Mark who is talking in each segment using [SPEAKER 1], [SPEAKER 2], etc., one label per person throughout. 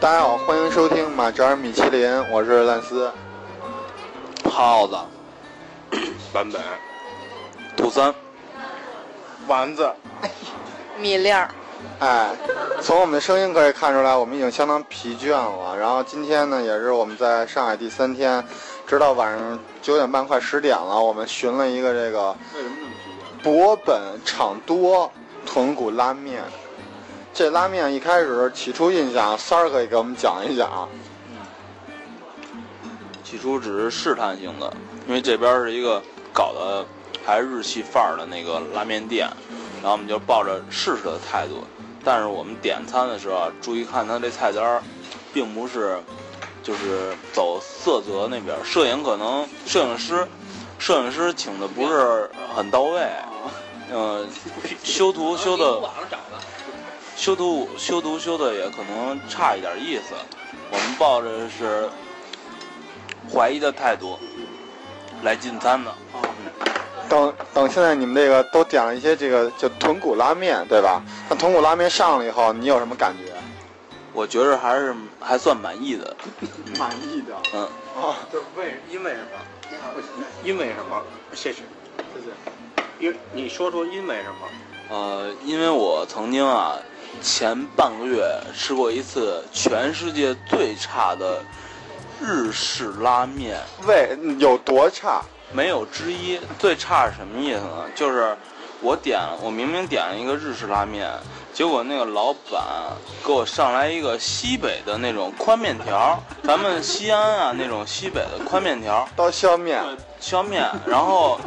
[SPEAKER 1] 大家好，欢迎收听马扎米其林，我是烂丝，耗子，
[SPEAKER 2] 版本，
[SPEAKER 1] 土三，
[SPEAKER 2] 丸子，
[SPEAKER 3] 米粒儿，
[SPEAKER 1] 哎，从我们的声音可以看出来，我们已经相当疲倦了。然后今天呢，也是我们在上海第三天，直到晚上九点半快十点了，我们寻了一个这个
[SPEAKER 2] 为什么那么疲
[SPEAKER 1] 博本场多豚骨拉面。这拉面一开始起初印象，三儿可以给我们讲一讲。
[SPEAKER 4] 起初只是试探性的，因为这边是一个搞的还是日系范儿的那个拉面店，然后我们就抱着试试的态度。但是我们点餐的时候啊，注意看它这菜单儿，并不是就是走色泽那边儿，摄影可能摄影师摄影师请的不是很到位，嗯、修图修的
[SPEAKER 2] 网上找的，
[SPEAKER 4] 修图修图修的也可能差一点意思，我们抱着是怀疑的态度来进餐的。
[SPEAKER 1] 等等，现在你们这个都点了一些这个叫豚骨拉面，对吧？那豚骨拉面上了以后，你有什么感觉？
[SPEAKER 4] 我觉着还是还算满意的，
[SPEAKER 2] 满意的。
[SPEAKER 4] 嗯，
[SPEAKER 1] 哦，
[SPEAKER 2] 这为因为什么？因为什么？谢谢，嗯谢谢。因你说说因为什么？
[SPEAKER 4] 呃，因为我曾经啊前半个月吃过一次全世界最差的日式拉面，
[SPEAKER 1] 味有多差？
[SPEAKER 4] 没有之一。最差是什么意思呢？就是我点，我明明点了一个日式拉面，结果那个老板给我上来一个西北的那种宽面条，咱们西安啊那种西北的宽面条
[SPEAKER 1] 刀削面，
[SPEAKER 4] 削面，然后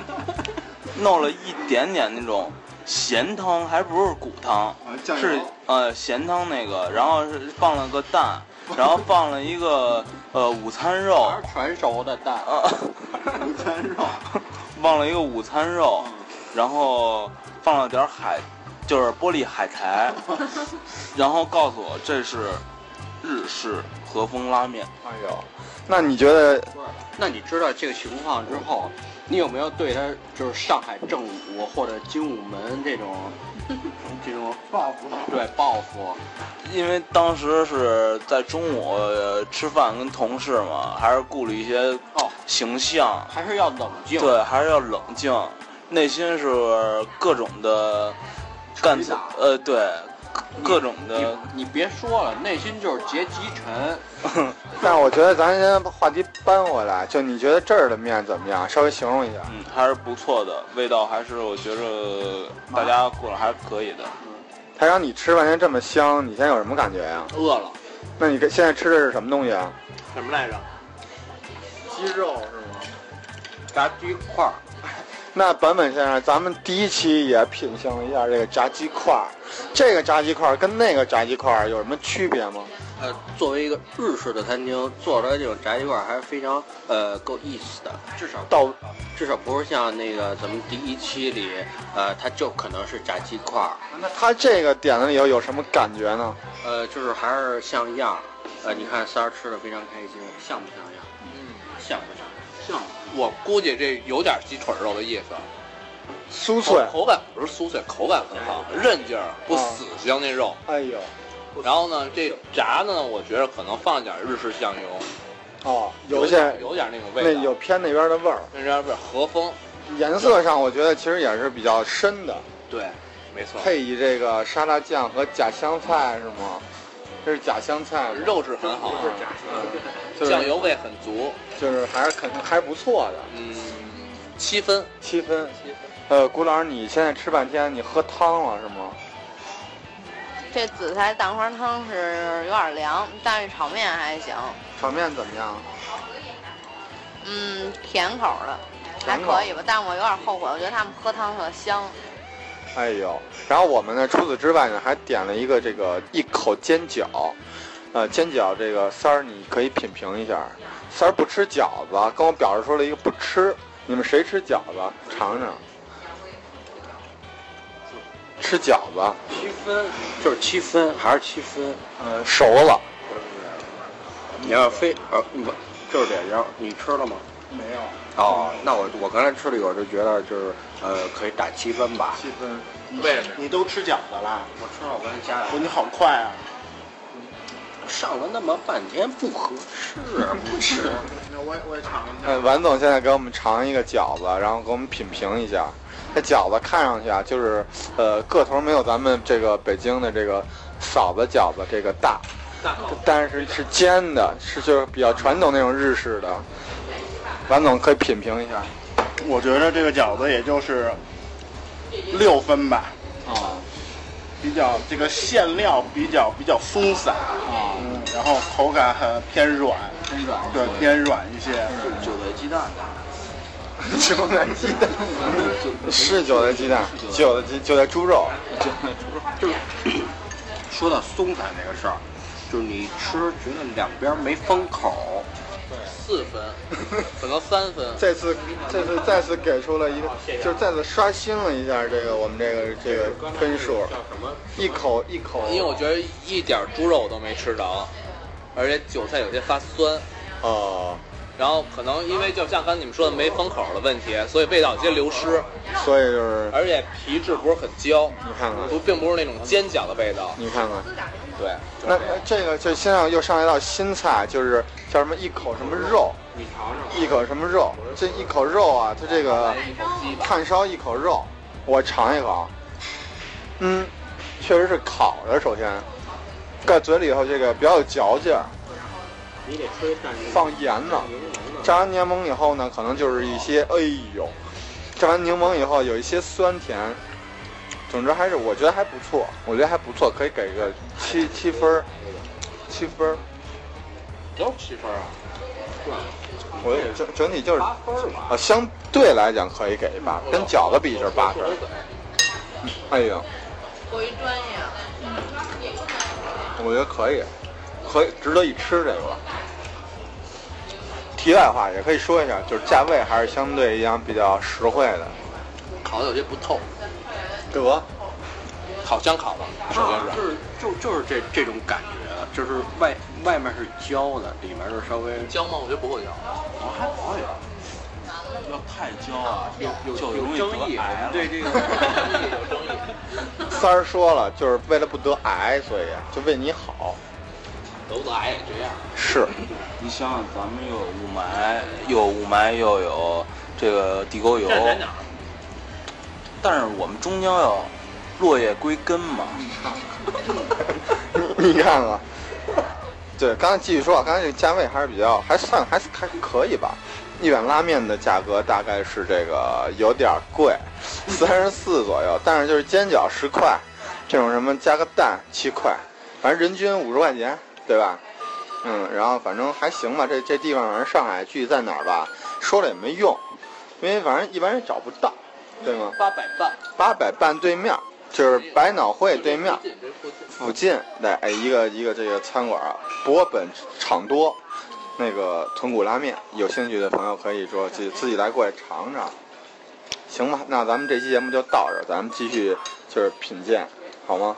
[SPEAKER 4] 弄了一点点那种咸汤，还不是骨汤，是呃咸汤那个，然后是放了个蛋，然后放了一个呃午餐
[SPEAKER 2] 哦
[SPEAKER 4] 肉，
[SPEAKER 2] 全熟的蛋，
[SPEAKER 4] 啊，
[SPEAKER 2] 午餐肉，
[SPEAKER 4] 忘了一个午餐肉，然后放了点儿海，就是玻璃海苔，然后告诉我这是日式和风拉面。
[SPEAKER 1] 哎呦，那你觉得
[SPEAKER 5] 那你知道这个情况之后，你有没有对他就是上海正午或者精武门这 种这种报复？对报复，
[SPEAKER 4] 因为当时是在中午呃吃饭，跟同事嘛，还是顾虑一些
[SPEAKER 5] 哦
[SPEAKER 4] 形象，
[SPEAKER 5] 还是要冷静。，
[SPEAKER 4] 对，还是要冷静，内心是各种的干
[SPEAKER 5] 捶打
[SPEAKER 4] 呃对各种的
[SPEAKER 5] 你你别说了，内心就是结极尘。
[SPEAKER 1] 那我觉得咱先把话题搬回来，就你觉得这儿的面怎么样？稍微形容一下。
[SPEAKER 4] 嗯，还是不错的，味道还是我觉着大家过得还是可以的。
[SPEAKER 1] 他让你吃半天这么香，你现在有什么感觉呀、
[SPEAKER 5] 饿了，
[SPEAKER 1] 那你跟现在吃的是什么东西啊？
[SPEAKER 2] 什么来着？
[SPEAKER 1] 鸡肉是吗？
[SPEAKER 2] 炸鸡块儿。
[SPEAKER 1] 那版本先生，咱们第一期也品尝了一下这个炸鸡块儿，这个炸鸡块儿跟那个炸鸡块儿有什么区别吗？
[SPEAKER 5] 呃，作为一个日式的餐厅，做出来这种炸鸡块还是非常呃够意思的，至少
[SPEAKER 1] 到
[SPEAKER 5] 至少不是像那个咱们第一期里，呃，它就可能是炸鸡块儿。
[SPEAKER 1] 那他这个点了以后有什么感觉呢？
[SPEAKER 5] 呃，就是还是像样儿。呃，你看三儿吃的非常开心，像不像样？嗯，像不像样？
[SPEAKER 6] 我估计这有点鸡腿肉的意思，
[SPEAKER 1] 酥
[SPEAKER 6] 口
[SPEAKER 1] 脆，
[SPEAKER 6] 口感不是酥脆，口感很好，韧劲儿不死
[SPEAKER 4] 嗯
[SPEAKER 6] 香那肉。
[SPEAKER 1] 哎呦，
[SPEAKER 6] 然后呢，这炸呢，我觉得可能放点日式酱油，
[SPEAKER 1] 哦，有
[SPEAKER 6] 有
[SPEAKER 1] 些
[SPEAKER 6] 点有点那种
[SPEAKER 1] 那
[SPEAKER 6] 味道，
[SPEAKER 1] 有偏那边的味儿，
[SPEAKER 6] 那边不是和风，
[SPEAKER 1] 颜色上我觉得其实也是比较深的，
[SPEAKER 6] 对，没错，
[SPEAKER 1] 配以这个沙拉酱和假香菜是吗？这是假香菜吗，嗯
[SPEAKER 6] 肉质很好，
[SPEAKER 5] 啊
[SPEAKER 1] 就是
[SPEAKER 6] 酱油味很足，
[SPEAKER 1] 就是还是肯定还是不错的，
[SPEAKER 6] 嗯，七分，
[SPEAKER 1] 七分。呃，古老师，你现在吃半天，你喝汤了是吗？
[SPEAKER 3] 这紫菜蛋花汤是有点凉，但是炒面还行，
[SPEAKER 1] 炒面怎么样？
[SPEAKER 3] 嗯，甜口的还
[SPEAKER 1] 甜口
[SPEAKER 3] 可以吧。但我有点后悔，我觉得他们喝汤特香。
[SPEAKER 1] 哎呦，然后我们呢，除此之外呢，还点了一个这个一口煎饺，呃，煎饺这个三儿你可以品评一下，三儿不吃饺子，啊跟我表示说了一个不吃，你们谁吃饺子？尝尝，吃饺子，
[SPEAKER 5] 七分，就是七分，还是七分？
[SPEAKER 1] 呃，熟了，
[SPEAKER 5] 你要非呃，不，就是得让你吃了吗？
[SPEAKER 1] 没有，
[SPEAKER 5] 哦，那我我刚才吃了一口，就觉得就是呃，可以打七分吧。
[SPEAKER 1] 七分。
[SPEAKER 6] 为什么？
[SPEAKER 2] 你都吃饺子了？
[SPEAKER 7] 哦
[SPEAKER 5] 我吃了，我跟你加
[SPEAKER 2] 你好快啊！
[SPEAKER 5] 上了那么半天不合适，啊 不吃。
[SPEAKER 2] 那我也我也尝一
[SPEAKER 1] 呃，
[SPEAKER 2] 下。
[SPEAKER 1] 王总现在给我们尝一个饺子，然后给我们品评一下。这饺子看上去啊，就是呃个头没有咱们这个北京的这个嫂子饺子这个大，
[SPEAKER 2] 大
[SPEAKER 1] 但是是煎的，是就是比较传统那种日式的。王总可以品评一下，
[SPEAKER 7] 我觉得这个饺子也就是六分吧，
[SPEAKER 5] 啊
[SPEAKER 7] 比较这个馅料比较比较松散，
[SPEAKER 5] 啊，
[SPEAKER 7] 嗯，然后口感很偏软，
[SPEAKER 5] 真软。嗯
[SPEAKER 7] 对，偏软一些。
[SPEAKER 4] 韭菜鸡蛋
[SPEAKER 5] 啊
[SPEAKER 4] 的，
[SPEAKER 1] 韭菜鸡蛋 是韭菜鸡蛋，韭菜鸡韭菜猪肉，
[SPEAKER 5] 说到松散这个事儿，就是你吃觉得两边没封口，
[SPEAKER 6] 四分，可能三分。
[SPEAKER 1] 这次这次再次给出了一个，就是再次刷新了一下这个我们这个这个分数，一口一口，
[SPEAKER 6] 因为我觉得一点儿猪肉我都没吃着，而且韭菜有些发酸，
[SPEAKER 1] 哦，
[SPEAKER 6] 然后可能因为就像刚才你们说的没封口的问题，所以味道有些流失，
[SPEAKER 1] 所以就是
[SPEAKER 6] 而且皮质不是很焦，
[SPEAKER 1] 你看看，
[SPEAKER 6] 不并不是那种煎饺的味道。
[SPEAKER 1] 你看看，
[SPEAKER 6] 对，
[SPEAKER 1] 那那这个就现在又上一道新菜，就是叫什么一口什么肉，
[SPEAKER 2] 你尝尝。
[SPEAKER 1] 一口什么肉，这一口肉啊，它这个炭烧一口肉，我尝一口，啊嗯，确实是烤的，首先，在嘴里头这个比较有嚼劲儿，
[SPEAKER 2] 你得吹蘸
[SPEAKER 1] 放盐呢。
[SPEAKER 2] 柠檬的。
[SPEAKER 1] 蘸完柠檬以后呢，可能就是一些哎呦，蘸完柠檬以后有一些酸甜，总之还是我觉得还不错，我觉得还不错，可以给个七七分儿，七分儿。
[SPEAKER 6] 有七分啊，
[SPEAKER 1] 我整整体就是啊，相对来讲可以给一八，跟饺子比是八分儿。哎呦，
[SPEAKER 3] 嗯过于专业啊了。
[SPEAKER 1] 我觉得可以，可以值得一吃这个。题外话也可以说一下，就是价位还是相对一样比较实惠的。
[SPEAKER 6] 烤的有些不透，
[SPEAKER 1] 得，
[SPEAKER 6] 烤箱烤的，首先
[SPEAKER 4] 啊
[SPEAKER 6] 是。
[SPEAKER 5] 就是就就是这这种感觉，啊就是外外面是焦的，里面是稍微
[SPEAKER 6] 焦吗？我觉得不够焦，
[SPEAKER 5] 我还好点。
[SPEAKER 4] 要太焦啊，就容易
[SPEAKER 6] 有争议
[SPEAKER 4] 得癌，了。
[SPEAKER 6] 对 这个 有争议。
[SPEAKER 1] 三儿说了，就是为了不得癌，所以就为你好。
[SPEAKER 6] 楼子癌也这样，
[SPEAKER 1] 是，
[SPEAKER 4] 你想想，咱们又有雾霾，又有雾霾，又有这个地沟油，但是我们终将要落叶归根嘛。
[SPEAKER 1] 你看看。啊对，刚才继续说啊，刚才这个价位还是比较，还算还还可以吧。一碗拉面的价格大概是这个有点儿贵，三十四左右，但是就是煎饺十块，这种什么加个蛋七块，反正人均五十块钱，对吧？嗯，然后反正还行吧，这这地方反正上海具体在哪儿吧，说了也没用，因为反正一般人找不到，对吗？
[SPEAKER 6] 八百半，
[SPEAKER 1] 八百伴对面就是百脑汇对面。
[SPEAKER 6] 这附近
[SPEAKER 1] 附近的哎一个一个这个餐馆啊，博本场多，那个豚骨拉面，有兴趣的朋友可以说自己自己来过来尝尝，行吧？那咱们这期节目就到这儿，咱们继续就是品鉴，好吗？